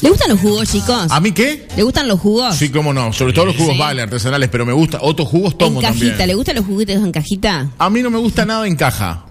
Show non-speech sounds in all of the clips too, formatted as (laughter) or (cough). ¿Le gustan los jugos, chicos? ¿A mí qué? ¿Le gustan los jugos? Sí, cómo no. Sobre todo los jugos vale, artesanales, pero me gusta. Otros jugos en tomo cajita. también. ¿Le gustan los juguetes en cajita? A mí no me gusta nada en caja.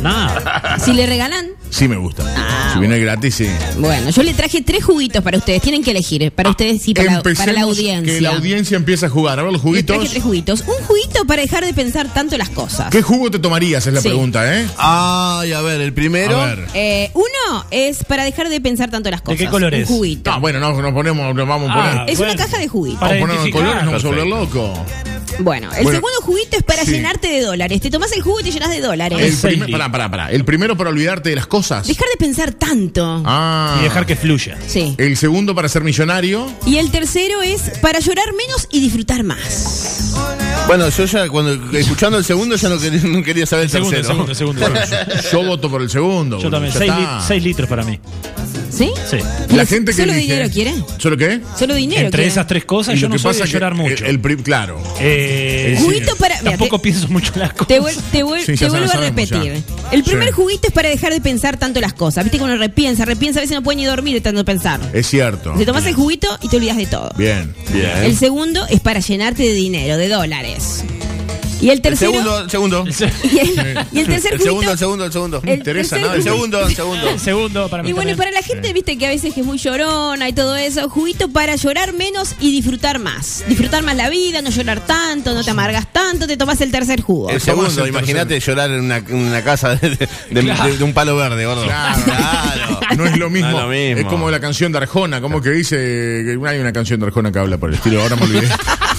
Nada. Ah. Si le regalan. Sí me gusta. Ah. si viene gratis, sí. Bueno, yo le traje tres juguitos para ustedes. Tienen que elegir. Para ustedes y para, la- para la Ah, Empecemos, audiencia. Que la audiencia empieza a jugar. A ver los Le traje juguitos. tres juguitos. Un juguito para dejar de pensar tanto las cosas. ¿Qué jugo te tomarías? Es la Sí. pregunta, ¿eh? Ay, a ver, el primero. A ver. Eh, uno es para dejar de pensar tanto las ¿De cosas. qué color es? Un juguito. No, bueno, no, nos ponemos, nos vamos a poner. Ah, Es una caja de juguitos. Para vamos a ponernos en colores, identificar. nos vamos a volver locos. Bueno, el Bueno. segundo juguito es para Sí. llenarte de dólares. Te tomas el jugo y te llenas de dólares. El Seidy. primer, pará, pará, pará. El primero para olvidarte de las cosas. Dejar de pensar tanto. Ah. Y dejar que fluya. Sí. El segundo para ser millonario. Y el tercero es para llorar menos y disfrutar más. Bueno, yo ya cuando escuchando el segundo ya no quería, no quería saber el Segundo, tercero. segundo, segundo. (laughs) Yo voto por el segundo. Yo boludo. también. Ya 6 está. litros para mí. ¿Sí? Sí. La gente que ¿Solo elige- dinero quiere? ¿Solo qué? Solo dinero Entre quiere. esas tres cosas, Y yo lo no que soy pasa de es que llorar el- mucho. El, prim- claro. Eh, Juguito para- mira, Tampoco te- pienso mucho en las cosas. Te, vuel- te vuel- Sí, ya te se lo vuelvo a sabemos ya. repetir. El primer Sí. juguito es para dejar de pensar tanto las cosas. Viste que uno repiensa, repiensa, a veces no puede ni dormir de tanto pensar. Es cierto. Te tomas el juguito y te olvidas de todo. Bien. ¿eh? Bien. El segundo es para llenarte de dinero, de dólares. Y el El tercero. segundo, el segundo. El se- (laughs) y, el, y el tercer El juguito. segundo, el segundo, el segundo. el interesa tercer nada El el juguito- segundo, (laughs) el segundo. el segundo para mí. Y bueno, y también. para la gente, viste que a veces que es muy llorona y todo eso, juguito para llorar menos y disfrutar más. Disfrutar más la vida, no llorar tanto, no te amargas tanto, te tomas el tercer jugo. El Tomás el segundo, imagínate llorar en una, en una casa de, de- de- Claro. de un palo verde, gordo. Claro. Claro. Ah, (laughs) No es lo mismo. No es lo mismo. Es como la canción de Arjona, como que dice. que Hay una canción de Arjona que habla por el estilo, ahora (laughs) me olvidé.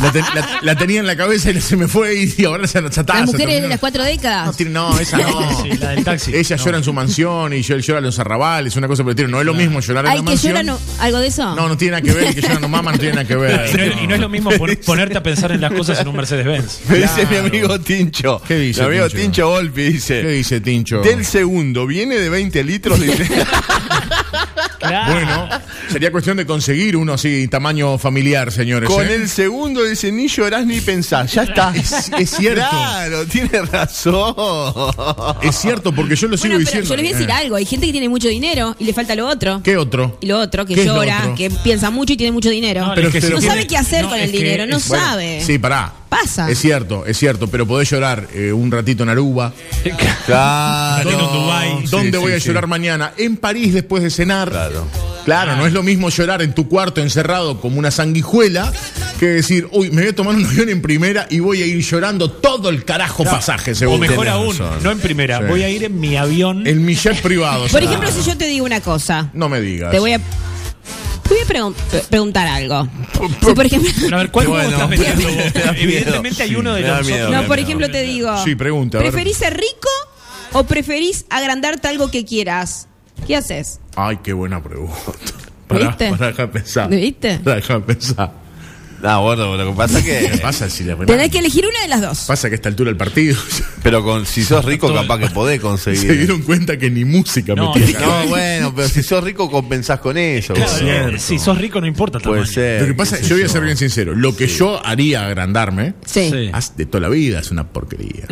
La, ten- la- la tenía en la cabeza y se me fue y, y ahora se la chataba. Las mujeres de las cuatro décadas. No, tiene- no, (laughs) esa no. Sí, la del taxi. Ella llora en su mansión y yo él llora en los arrabales, una cosa por el estilo. No es lo mismo llorar en Ay, la que mansión. lloran o- algo de eso. No, no tiene nada que ver, el que llora (laughs) no mama, no tiene nada que Y no, ver. es- y no es lo mismo (laughs) pon- ponerte a pensar en las cosas en un Mercedes-Benz. (laughs) Me dice mi Claro. amigo Tincho. ¿Qué dice Mi amigo Tincho? Tincho, Volpi dice. ¿Qué dice Tincho? Del segundo, viene de 20 (laughs) litros. Dice. Claro. (laughs) Bueno, sería cuestión de conseguir uno así, tamaño familiar, señores. Con ¿eh? el segundo dice, ni llorás ni pensás. Ya está. Es- es cierto. Claro, tiene razón. Es cierto, porque yo lo sigo Bueno, pero diciendo. yo les voy a decir Eh, algo. Hay gente que tiene mucho dinero y le falta lo otro. ¿Qué otro? Y lo otro, que ¿Qué es lo llora, otro? que piensa mucho y tiene mucho dinero. No, No, Pero es que usted si lo sabe tiene- qué hacer con es el que dinero, no es- Bueno, sabe. Sí, pará. Pasa. Es cierto, es cierto, pero podés llorar eh, un ratito en Aruba. (laughs) Claro. Latino Dubái. ¿Dónde Sí, voy sí, a sí. llorar mañana? En París después de cenar. Claro. Claro, no es lo mismo llorar en tu cuarto encerrado como una sanguijuela que decir, uy, me voy a tomar un (laughs) avión en primera y voy a ir llorando todo el carajo pasaje, según O mejor Tenés aún, razón. no en primera. Sí. Voy a ir en mi avión. En mi jet privado. Por ya. ejemplo, si yo te digo una cosa, No me digas. te voy a, te voy a pregun- pre- preguntar algo. Si, por ejemplo, Pero a ver, ¿cuál Qué juego bueno. estás pensando vos? Me da miedo. Evidentemente hay uno de Me da los miedo. otros. no, por ejemplo te digo, Sí, pregunta, a ver. ¿preferís ser rico o preferís agrandarte algo que quieras? ¿Qué haces? Ay, qué buena pregunta. (laughs) Para, ¿Viste? para dejar pensar. ¿Viste? Para dejar pensar. No, gordo, lo que pasa es ¿Qué que. pasa si la Tenés que elegir una de las dos. pasa que a esta altura el partido (laughs) Pero con, si sos rico, capaz que podés se conseguir. dieron cuenta que ni música No, metían. ni- No, bueno, pero si sos rico, compensás con eso. Claro, gordo. eh, si sos rico no importa el Puede tamaño. ser. Lo que pasa, qué yo sé voy a ser bien sincero, lo que yo haría agrandarme Sí. Sí. haz de toda la vida es una porquería.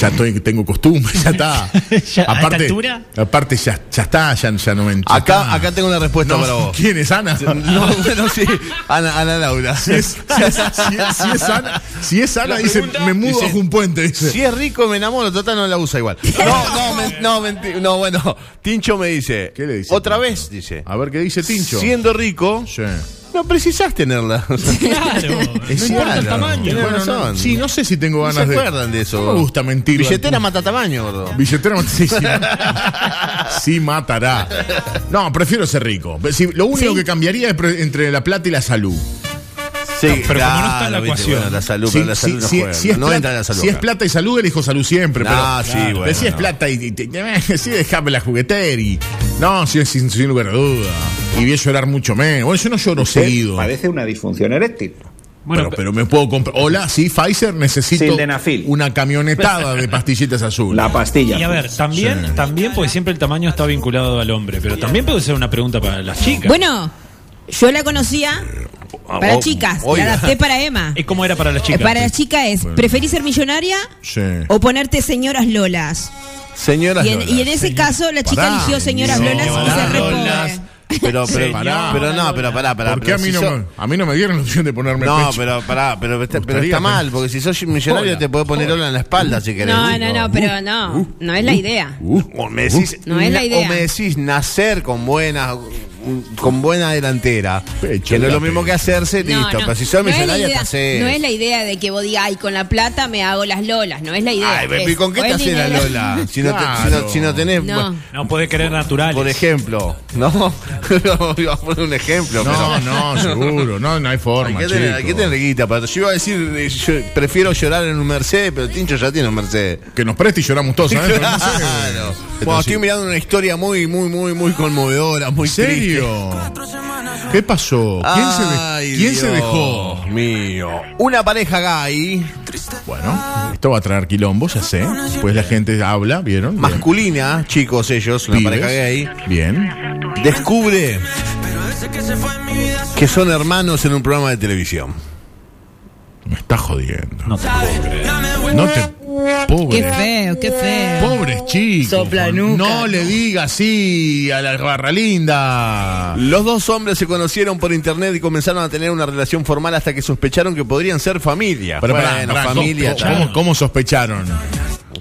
Ya estoy, tengo costumbre, ya está. (laughs) Ya, ¿a esta altura? aparte ya, ya está, ya, ya no me ya Acá, está. acá tengo una respuesta No, para vos. ¿Quién es Ana? No, bueno, sí. Ana, Ana Laura. Si es, si es- si es- si es Ana, si es Ana, dice, me mudo Dice- bajo un puente, dice. Si es rico, me enamoro, total no la (laughs) usa igual. No, no, men- no, menti- no, bueno, Tincho me dice. ¿Qué le dice Otra Tincho? vez, dice. A ver qué dice Tincho. Siendo rico, Sí. no (laughs) precisás tenerla. Claro. Es no importa el claro. tamaño. Tenés Bueno, no- razón. sí, no sé si tengo No se ganas de. acuerdan de eso. No me gusta mentir. Billetera mata tamaño, gordo. Billetera (laughs) mat- sí, sí. Sí matará. No, prefiero ser rico. Si- lo único que cambiaría es pre- entre la plata y la salud. Sí, pero como no está en la viste, ecuación. bueno, la salud, Si- pero la si- salud no si- juega. si es no plata- entra la salud. Si es acá. plata y salud, elijo salud siempre. Ah, pero, sí, bueno, pero si es no. plata y, y te- si dejame la juguetera y. No, si es sin, sin lugar a duda. Y voy a llorar mucho menos. Bueno, yo no lloro seguido. Parece una disfunción eréctil. Bueno, pero, pero me puedo comprar. Hola, sí, Pfizer, necesito Sildenafil. una camionetada (laughs) de pastillitas azules. La pastilla. Y a ver, también, también, porque siempre el tamaño está vinculado al hombre, pero también puede ser una pregunta para las chicas. Bueno, yo la conocía para o- chicas, oiga. la adapté para (laughs) Emma. ¿Y cómo era para las chicas? Eh, Para la chica es, ¿preferís ser millonaria Sí. o ponerte señoras Lolas? Señoras Y en, y en Lolas. ese caso la chica Pará, eligió señoras no, Lolas y pará. se re pobre. Lolas. Pero, pero, Pará. pero no, pero pará, pará. ¿Por qué pero a mí, si no sos- me, a mí no me dieron la opción de ponerme el No, pecho? pero pará, pero está, pero gustaría, está mal, pero- porque si sos millonario Hola. te podés poner ola en la espalda si querés. No, no, no, pero no. No es la idea. Uh. (laughs) O me decís, No es la na- idea. o me decís nacer con buena con buena delantera. Pecho, que no es lo la mismo pe- que hacerse, listo. Pero si sos No es la millonario te idea- haces. No es la idea de que vos digas, ay, con la plata me hago las lolas. No es la idea. Ay, ¿y Es, con qué o te el haces la dinero- (laughs) Lola? Si no, te- si no- Claro. si no tenés. No. bueno, No podés querer naturales. Por ejemplo, ¿no? (laughs) no iba a poner un ejemplo. No, pero- no, seguro. No, no hay Hay forma, que tener- hay chico. que tener guita para- Yo iba a decir, eh, yo prefiero llorar en un Mercedes, pero Tincho ya tiene un Mercedes. Que nos preste y lloramos todos, ¿sabes? Pero no sé. (laughs) Este Claro. Pero Bueno, sí. estoy mirando una historia muy, muy, muy, muy conmovedora, muy ¿En serio? ¿Qué pasó? triste. ¿Quién, se, de- Ay, ¿quién se Dios dejó? mío. Una pareja gay, Bueno, esto va a traer quilombo, ya sé. Pues la gente habla, ¿vieron? Bien. masculina, chicos ellos, una Pibes. pareja gay, Bien. descubre que son hermanos en un programa de televisión. Me está jodiendo. No te puedo creer. No te... Qué Pobre. feo, qué feo. Pobres chicos. Soplanuca. No le digas así a la barra linda. Los dos hombres se conocieron por internet y comenzaron a tener una relación formal hasta que sospecharon que podrían ser familia. Pero pará, Bueno, pará, ¿cómo- familia. ¿cómo, tal. cómo, sospecharon?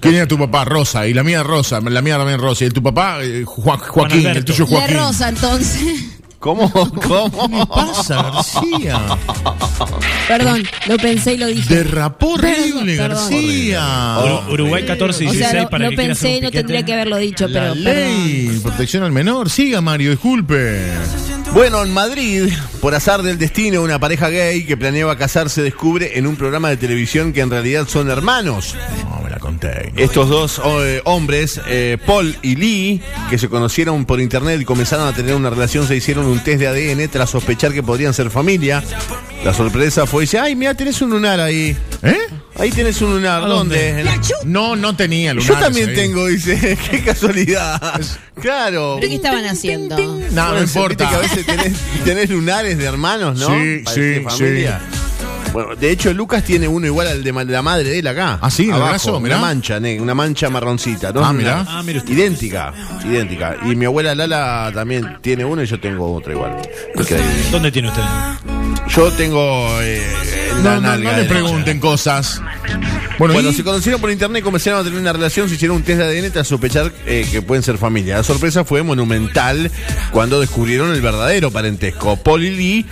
¿Quién era tu papá? Rosa. Y la mía Rosa. La mía también Rosa. Y el tu papá, eh, Joa- Joaquín. Alberto. El tuyo La Joaquín. rosa, entonces. (laughs) ¿Cómo? ¿Qué ¿Cómo? pasa, (laughs) García? Perdón, lo pensé y lo dije. Derrapó horrible, Perdón. García. Uru- Uruguay 14 y o 16 sea, lo, para lo el que quiera hacer pensé y un no piquete. tendría que haberlo dicho, La pero. ley, protección al menor. Siga, Mario, disculpe. Bueno, en Madrid, por azar del destino, una pareja gay que planeaba casarse descubre en un programa de televisión que en realidad son hermanos. No, me la conté. Estos dos oh, eh, hombres, eh, Paul y Lee, que se conocieron por internet y comenzaron a tener una relación, se hicieron un test de ADN tras sospechar que podrían ser familia. La sorpresa fue, dice, ay, mira, tenés un lunar ahí. ¿Eh? Ahí tenés un lunar, ¿A ¿dónde? dónde? En la- No, no tenía lunares Yo también ahí. (laughs) tengo, dice, qué casualidad. Claro. ¿Pero qué estaban haciendo? No, no Bueno, se- viste importa. que a veces tenés, tenés lunares de hermanos, ¿no? Sí, sí, sí. Bueno, de hecho, Lucas tiene uno igual al de ma- la madre de él acá. Ah, sí, en el Abajo, brazo, mirá. Una mancha, ne- una mancha marroncita. ¿no? Ah, mirá. Una- Ah, mira usted. idéntica, idéntica. Y mi abuela Lala también tiene uno y yo tengo otro igual. Increíble. ¿Dónde tiene usted? Yo tengo eh, en la No, no, nalga no le derecha. pregunten cosas. Bueno, Bueno, y- se conocieron por internet y comenzaron a tener una relación, se hicieron un test de ADN tras sospechar eh, que pueden ser familia. La sorpresa fue monumental cuando descubrieron el verdadero parentesco. Paul y Lee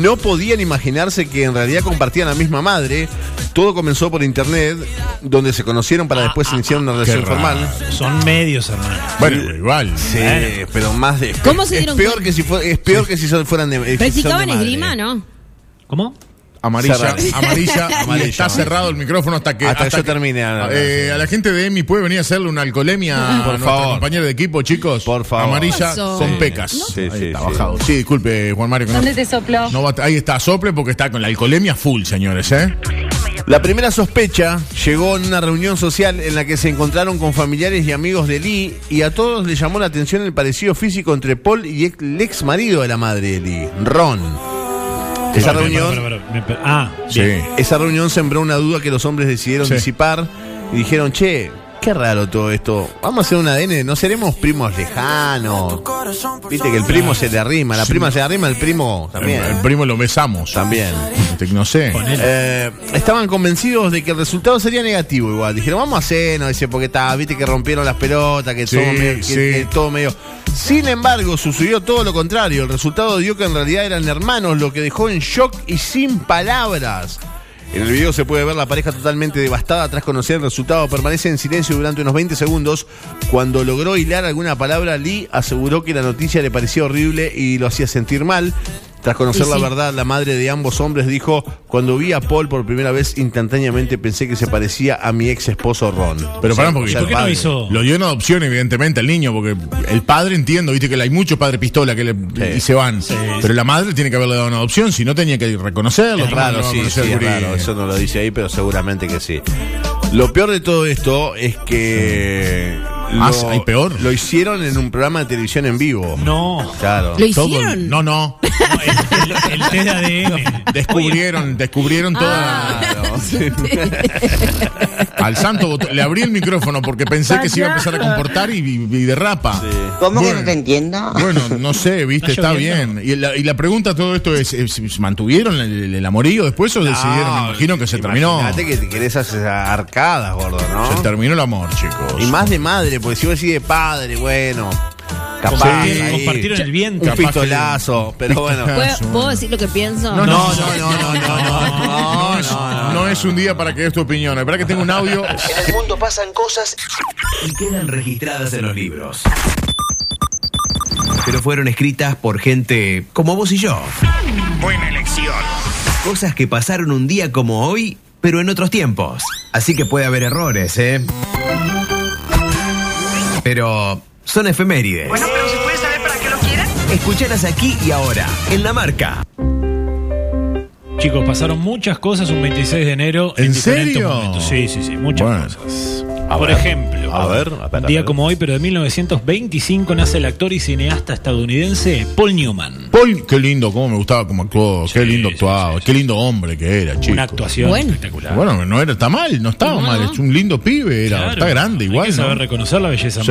no podían imaginarse que en realidad compartían la misma madre. Todo comenzó por internet, donde se conocieron para después iniciar Ah, una relación raro. formal. Son medios, hermano. bueno, igual. Sí, pero más de. ¿Cómo se es dieron peor cuenta? que si fue- es peor que si son- fueran de. eh, que si son de Practicaban madre. esgrima, ¿no? ¿Cómo? Amarilla, Cerrar. (laughs) amarilla, Amarilla. Está cerrado el micrófono hasta que. Hasta que yo termine, Ana. eh, a la gente de EMI puede venir a hacerle una alcoholemia a nuestra favor. compañera de equipo, chicos. Por favor. Amarilla Eso. son Sí. pecas. Sí, Ahí sí, está sí. bajado. Sí, disculpe, Juan Mario. que no- ¿Dónde te sopló? no va- ahí está, sople porque está con la alcoholemia full, señores, ¿eh? La primera sospecha llegó en una reunión social en la que se encontraron con familiares y amigos de Lee y a todos les llamó la atención el parecido físico entre Paul y ex- el ex marido de la madre de Lee, Ron. Esa Pará, reunión, pará, pará, pará, pará. Ah, bien. Sí. esa reunión sembró una duda que los hombres decidieron Sí. disipar y dijeron, che, qué raro todo esto, vamos a hacer un ADN, no seremos primos lejanos. Viste que el primo se le arrima, la prima se le arrima, el primo El, también. ¿eh? el primo lo besamos. También. Este, No sé. Ponele. Eh, estaban convencidos de que el resultado sería negativo igual. Dijeron, vamos a hacer, no dice, porque está, viste que rompieron las pelotas, que, Sí, somos medio- que- sí. que todo medio. Sin embargo, sucedió todo lo contrario. El resultado dio que en realidad eran hermanos, lo que dejó en shock y sin palabras. En el video se puede ver la pareja totalmente devastada tras conocer el resultado. Permanece en silencio durante unos 20 segundos. Cuando logró hilar alguna palabra, Lee aseguró que la noticia le parecía horrible y lo hacía sentir mal. Tras conocer Y la sí. verdad, la madre de ambos hombres dijo, cuando vi a Paul por primera vez, instantáneamente pensé que se parecía a mi ex esposo Ron. Pero pará O sea, un poquito. o sea, el ¿Por qué no padre. hizo? Lo dio en adopción, evidentemente, al niño, porque el padre entiendo, viste que hay muchos padres pistola que le, y se van. Pero la madre tiene que haberle dado una adopción, si no tenía que reconocerlo. Es ¿cómo no raro, lo va a sí, conocer sí, el es gurí? raro. Eso no lo dice ahí, pero seguramente que sí. Lo peor de todo esto es que... Ah, ¿hay peor? Lo hicieron en un programa de televisión en vivo. No. Claro. ¿Lo Todo- hicieron? no, no. El, el test de ADN. (laughs) Descubrieron, descubrieron toda. Claro. Al santo botón. Le abrí el micrófono porque pensé que se iba a empezar a comportar y, y- y derrapa. ¿Cómo que Bueno. no te entiendo? Bueno, no sé, viste, Está está lloviendo. bien. Y la, y la pregunta a todo esto es, ¿es- es- ¿mantuvieron el, el amorío después o decidieron? Me imagino que se terminó. Fíjate Ah, que te querés hacer arcadas, gordo, ¿no? Se terminó el amor, chicos. Y más de madre, porque si vos decís de padre, bueno. Capaz. Ah, Compartir- ahí, compartieron el vientre. Un pistolazo, (laughs) pero bueno. ¿Puedo, puedo decir lo que pienso? (laughs) No, No, no, no, no, no, no, No es, no es un día para que des tu opinión. Es verdad que tengo un audio. En el mundo pasan cosas y quedan registradas en los libros. Pero fueron escritas por gente como vos y yo. Buena elección. Cosas que pasaron un día como hoy, pero en otros tiempos. Así que puede haber errores, ¿eh? Pero son efemérides. Bueno, pero si puedes saber para qué lo quieren. Escuchalas aquí y ahora, en la marca. Chicos, pasaron muchas cosas un 26 de enero. ¿En diferentes serio? momentos. Sí, sí, sí, muchas Bueno. cosas. A Por ver, ejemplo, a ver, a ver, un a día ver. como hoy, pero de 1925, nace el actor y cineasta estadounidense Paul Newman. Paul, qué lindo, cómo me gustaba cómo actuó, qué Sí, lindo sí, actuaba, sí, sí. qué lindo hombre que era, chico. Una actuación Bueno. espectacular. Bueno, no era, está mal, no estaba No, mal, no. es un lindo pibe, era, Claro, está grande hay igual. que saber ¿no? reconocer la belleza Sí,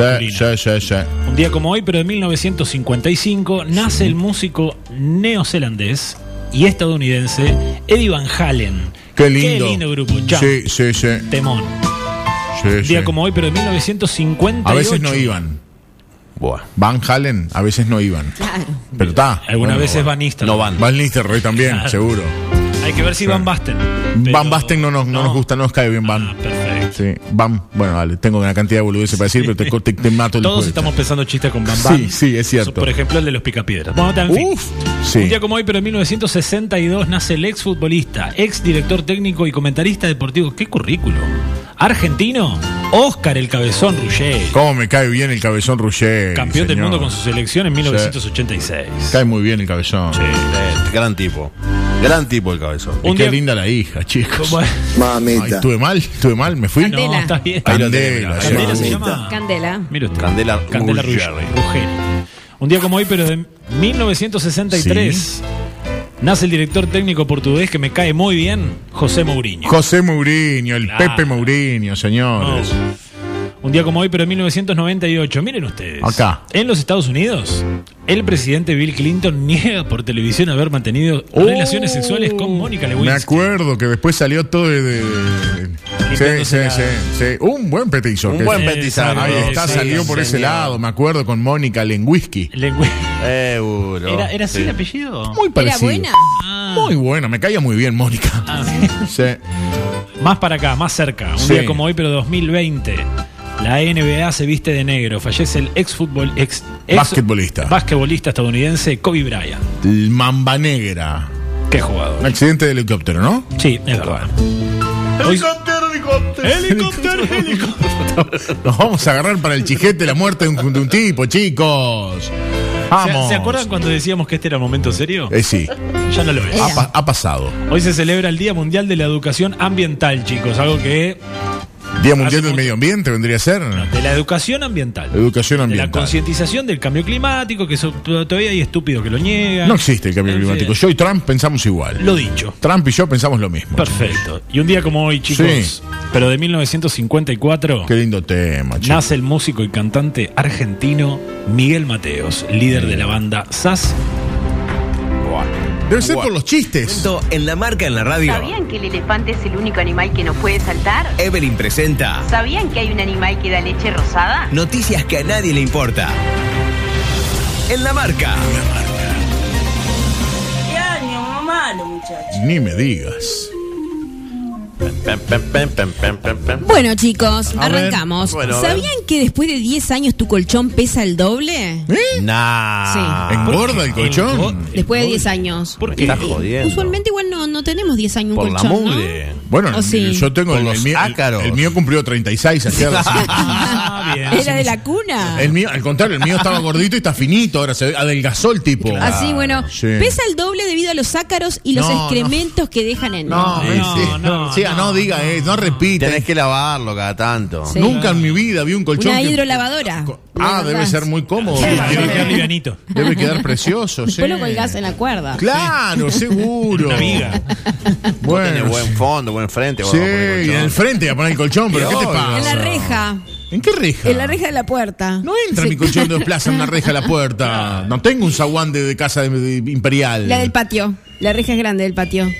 sí, masculina. sí, sí. Un día como hoy, pero de 1955, nace el músico neozelandés y estadounidense Eddie Van Halen. Qué lindo. Qué lindo grupo, Jump, Sí, sí, sí. Temón. sí, Un sí. día como hoy, pero de 1958. A veces no iban. Buah. Van Halen, a veces no iban. Claro. Pero está. Algunas bueno, veces bueno. van Nistelrooy. No van. Van Nistelrooy también, Claro. seguro. Hay que ver si Van Basten. Van Basten no nos, no nos gusta, no nos cae bien Van. Ah, perfecto. Sí, Van. Bueno, vale, tengo una cantidad de boludeces para decir, pero te, co- te, te mato el Todos juego. estamos pensando chistes con Van Sí, Basten. sí, es cierto. Por ejemplo, el de los picapiedras. Bueno, en fin. Uf, sí. Un día como hoy, pero en 1962, nace el ex futbolista, ex director técnico y comentarista deportivo. ¡Qué currículo! Argentino, Oscar el Cabezón Ruggeri. ¿Cómo me cae bien el cabezón Ruggeri? Campeón del señor? mundo con su selección en 1986. Cae muy bien el cabezón. Eh, gran tipo. Gran tipo el cabezón. Y Un qué día- linda la hija, chicos. ¿Cómo es? Ay, estuve mal, estuve mal, me fui. Candela. No, está bien. Ahí lo Candela, tenemos, sí. Candela se llama. Candela. Mire usted. Candela Candela Ruggeri. Ruggeri. Ruggeri. Un día como hoy, pero de 1963, nace el director técnico portugués que me cae muy bien, José Mourinho. José Mourinho, el Claro. Pepe Mourinho, señores. Oh. Un día como hoy, pero en 1998, miren ustedes. Acá. En los Estados Unidos, el presidente Bill Clinton (laughs) niega por televisión haber mantenido Oh. relaciones sexuales Uh. con Mónica Lewinsky. Me acuerdo que después salió todo de. de- Sí, sí, Limpiándose sí, sí. Un buen petizo. Un que- buen Eh, petizado. Ahí está, Sí, salió por ese señor. lado, me acuerdo, con Mónica Lenguisky. Lengüe- (laughs) Seguro. ¿Era, era así Sí. el apellido? Muy ¿Era parecido. buena? Ah. Muy bueno, me caía muy bien, Mónica. Ah, sí. (laughs) Sí. Más para acá, más cerca. Un Sí. día como hoy, pero 2020. La NBA se viste de negro. Fallece el ex fútbol ex, ex- Basquetbolista. basquetbolista estadounidense Kobe Bryant. El Mamba Negra. Qué Un jugador. accidente de helicóptero, ¿no? Sí, es verdad. Helicóptero, helicóptero. Helicóptero, Nos vamos a agarrar para el chijete la muerte de un, de un tipo, chicos. ¿Se, Vamos. se acuerdan cuando decíamos que este era momento serio? Eh, sí, Ya no lo es. ha, pa- ha pasado. Hoy se celebra el Día Mundial de la Educación Ambiental, chicos. Algo que. Día Mundial del mucho- Medio Ambiente vendría a ser. De la educación ambiental. Educación De la ambiental. concientización del cambio climático, que eso- todavía hay estúpidos que lo niegan. No existe el cambio En fin, climático. Yo y Trump pensamos igual. Lo dicho. Trump y yo pensamos lo mismo. Perfecto. Y un día como hoy, chicos, Sí. pero de 1954, Qué lindo tema, chicos. nace el músico y cantante argentino Miguel Mateos, líder de la banda SAS. Debe ser por los chistes. Momento En la marca en la radio, ¿Sabían que el elefante es el único animal que no puede saltar? Evelyn presenta ¿Sabían que hay un animal que da leche rosada? noticias que a nadie le importa. En la marca. Ni me digas. Pem, pem, pem, pem, pem, pem, pem. Bueno, chicos, A ver, arrancamos. bueno, a ver. ¿Sabían que después de 10 años tu colchón pesa el doble? ¿Eh? Nah. ¿Engorda el colchón? Después de 10 años. ¿Por qué? qué? Está jodiendo. Usualmente igual no, no tenemos 10 años un Por la colchón, ¿no? mugre. Bueno, Oh, sí. yo tengo Por el, el los mío, el- ácaros. el mío cumplió 36 ayer. (laughs) (laughs) Ah, bien. Era de la cuna. El mío, al contrario, el mío estaba gordito y está finito, ahora se ve- adelgazó el tipo. Así, Ah, bueno, Sí. pesa el doble debido a los ácaros y los No, no. excrementos que dejan en No, No, eh, sí. no, Sí, ah, no, no. diga, eh, no repita. Tenés que lavarlo cada tanto. Sí. Nunca en mi vida vi un colchón. Una que- hidrolavadora. Co- Ah, debe ser muy cómodo. Tiene que quedar livianito. Debe quedar precioso, sí. Después lo colgás en la cuerda. Ah, Claro, seguro. Una viga. Tiene Bueno. buen fondo, buen frente. Sí, bueno, buen y en el colchón. frente voy a poner el colchón, pero Sí, ¿qué te obvio. pasa? En la reja. ¿En qué reja? En la reja de la puerta. No entra mi (laughs) colchón de dos plazas en una reja a la puerta. No tengo un zaguán de, de casa de- de imperial. La del patio. La reja es grande del patio.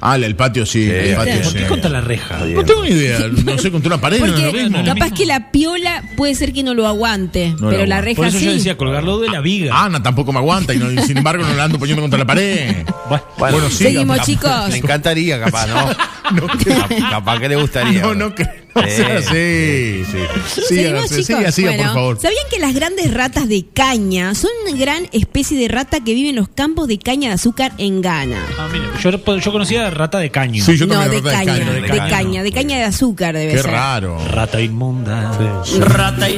ah, la del patio sí. la del patio, ¿Por sí. qué contra la reja? No tengo ni idea. No sé, contra una pared no es lo Porque mismo. no, capaz que la piola puede ser que no lo aguante, lo pero la aguanta. reja Por eso sí. yo decía colgarlo de la viga. Ana tampoco me aguanta y, no- y sin embargo no la ando poniendo contra la pared. Bueno, Bueno, sí, Seguimos, la- chicos. Me encantaría, capaz, ¿no? (laughs) No, que- Cap- capaz que le gustaría. Ah, no, no creo. O sea, sí, sí. Siga, Seguimos, sí, chicos. siga, siga, Bueno, por favor. ¿Sabían que las grandes ratas de caña son una gran especie de rata que vive en los campos de caña de azúcar en Ghana? ah, mira, yo, yo conocía rata de caño. Sí, yo no, también de rata caña, caño, de caña, de caña, de azúcar debe Qué ser. raro. Rata inmunda.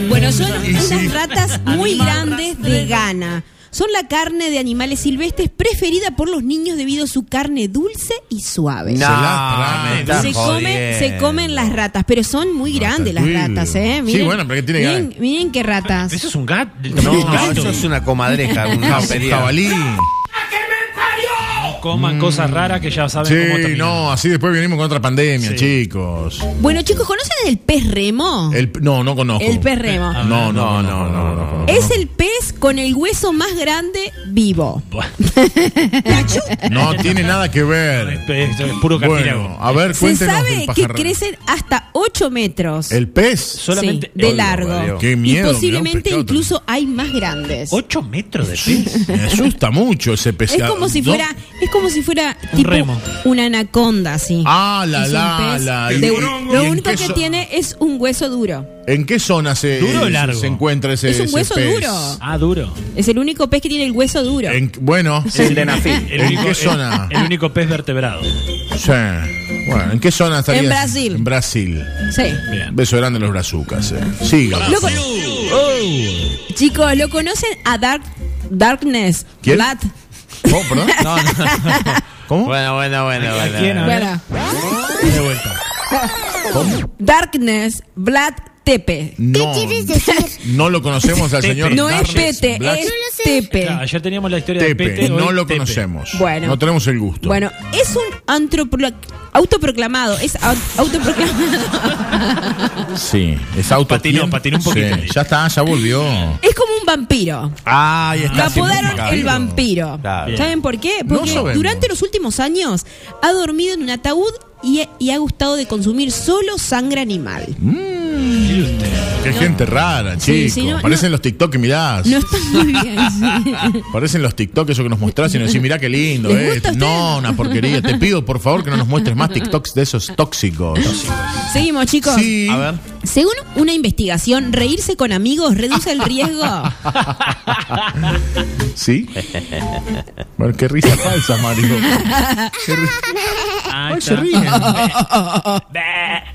Bueno, son unas sí. ratas muy grandes de Ghana. Son la carne de animales silvestres preferida por los niños debido a su carne dulce y suave. No, lastra, me se estás se, comen, se jodiendo. comen las ratas, pero son muy grandes las terrible. ratas, ¿eh? Sí, Miren, bueno, pero que tiene miren, miren qué ratas. Eso es un gato. No, eso es una comadreja, un Ah, un jabalí. jabalí. Coman cosas raras que ya saben cómo Mm. Sí, terminan. no, así después venimos con otra pandemia, chicos. Bueno, chicos, ¿conocen el pez remo? El, no, no conozco. El pez remo. No, no, no, no, no, no, no. Es el pez con el hueso más grande vivo. (laughs) Eh. No tiene nada que ver. Esto es puro cartílago. Bueno, a ver, Se cuéntenos del sabe que pajarraco. crecen hasta 8 metros El pez. Solamente sí, de Oiga, largo. valió. Qué miedo, y posiblemente mirá, un pescado incluso hay más grandes. 8 metros de pez. Me asusta mucho ese pez. Es como si ¿no? fuera, es como si fuera Un tipo remo. una anaconda, así. Ah, la, Es un la, pez la. de- ¿Y- y- y lo en único qué que zo- tiene es un hueso duro. ¿En qué zona se, ¿Duro o se- largo? se encuentra ese Es un ese hueso pez? duro. Ah, duro. Es el único pez que tiene el hueso duro. En- bueno, eh, El de Nafí. El ¿En único, qué el- zona? El, único pez vertebrado. sí. Bueno, ¿en qué zona estaría? En Brasil. En Brasil. Sí. Bien. Beso grande a los brazucas. eh. Siga. Lo con- Chicos, ¿lo conocen a Dark Darkness? ¿Quién? Black? Oh, perdón. No, no. ¿Cómo? Bueno, bueno, bueno. ¿A bueno. quién? A ver. Bueno, De vuelta. Darkness Vlad Tepe. No, no lo conocemos al Tepe. señor. No es Darles Pete, Black es Tepe. Claro, ayer teníamos la historia de Tepe. Pete. hoy No lo Tepe. conocemos. Bueno. No tenemos el gusto. Bueno, es un antropro- autoproclamado, es au- autoproclamado. Sí, es auto. Patinó, ¿quién? patinó un poquito. Sí, ya está, ya volvió. es como un vampiro. Ah, ahí está. Lo sí, apodaron vampiro. el vampiro. Claro. ¿Saben por qué? Porque sabemos. durante los últimos años ha dormido en un ataúd y, y ha gustado de consumir solo sangre animal. Mire usted. Qué gente rara, chicos. Sí, sí, no, Parecen no. los TikTok que mirás. No está muy bien. (laughs) sí. Parecen los TikTok eso que nos mostrás y nos decís, mirá qué lindo, ¿Les eh. gusta a No, ustedes? una porquería. Te pido, por favor, que no nos muestres más TikToks de esos tóxicos. Seguimos, chicos. Sí. A ver. Según una investigación, reírse con amigos reduce el (laughs) riesgo. ¿Sí? Bueno, qué risa falsa, Mario. Ah, Ay, se ríen.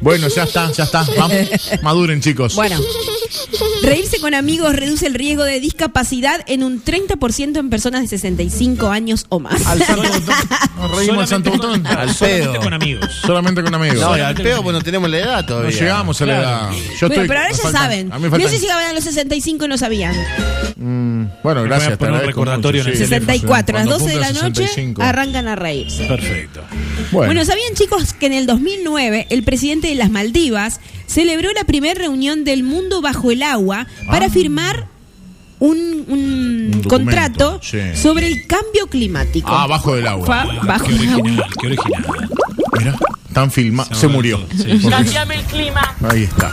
Bueno, ya está, ya está. Vamos. Maduren, chicos. Bueno, reírse con amigos reduce el riesgo de discapacidad en un 30% en personas de 65 años o más. (laughs) Al santo botón. Nos reímos al santo botón. Al pedo. solamente con amigos. Solamente con amigos. No, No, y al peo, pues no tenemos la edad todavía. llegamos a la edad. Yo bueno, estoy- pero ahora me ya faltan- saben. A mí me Yo faltan- sí llegaban a los 65 y no sabían. Bueno, Me voy gracias. a poner te un agradezco recordatorio mucho, en el sí. 64, a las Cuando 12 de la cumpla noche 65. arrancan a reírse. Perfecto. Bueno, Bueno, ¿sabían chicos que en el 2009 el presidente de las Maldivas celebró la primera reunión del mundo bajo el agua para firmar un, un Ah. documento, contrato sí. sobre el cambio climático? Ah, bajo del agua. Fa- bajo Qué el agua. original, qué original. Mirá, están filmados. Se murió. Sí, sí. Cambiame el clima. Ahí está.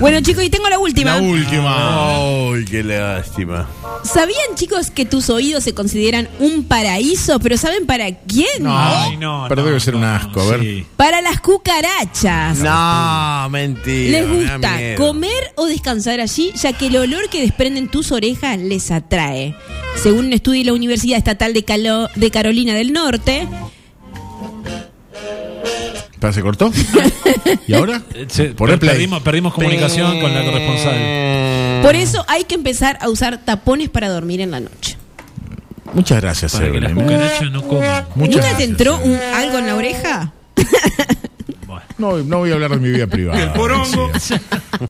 Bueno chicos, y tengo la última. La última. Ay, qué lástima. ¿Sabían chicos que tus oídos se consideran un paraíso? ¿Pero saben para quién? Ay, no. Ah, Pero no, debe ser un no, asco, a ver. sí. Para las cucarachas. No, mentira. Les me da gusta miedo. comer o descansar allí, ya que el olor que desprenden tus orejas les atrae. Según un estudio de la Universidad Estatal de, Calo- de Carolina del Norte, Espera, ¿Se (laughs) cortó? ¿Y ahora? Eh, se- Poné per- play. perdimos, perdimos comunicación con la corresponsal. por Mm. eso hay que empezar a usar tapones para dormir en la noche. Muchas gracias, Para que las Evelyn. ¿eh? cucarachas no coman. Muchas ¿Nunca te gracias, entró Evelyn. un- algo en la oreja? No, no voy a hablar de mi vida privada. decía.